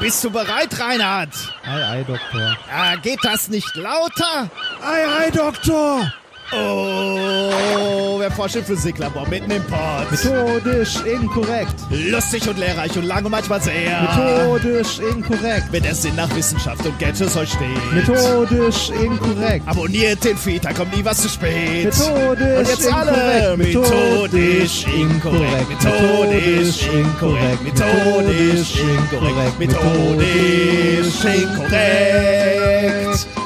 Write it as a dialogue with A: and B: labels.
A: Bist du bereit, Reinhard?
B: Ei, ei, Doktor.
A: Ja, geht das nicht lauter?
B: Ei, ei, Doktor.
A: Oh, wer forscht im Physiklabor mitten im Pott?
B: Methodisch inkorrekt.
A: Lustig und lehrreich und lang und manchmal sehr.
B: Methodisch inkorrekt.
A: Wenn es Sinn nach Wissenschaft und Gadgets euch steht.
B: Methodisch inkorrekt.
A: Abonniert den Feed, da kommt nie was zu spät.
B: Methodisch
A: und jetzt alle.
B: inkorrekt.
A: Methodisch inkorrekt. Methodisch inkorrekt. Methodisch inkorrekt. Methodisch inkorrekt.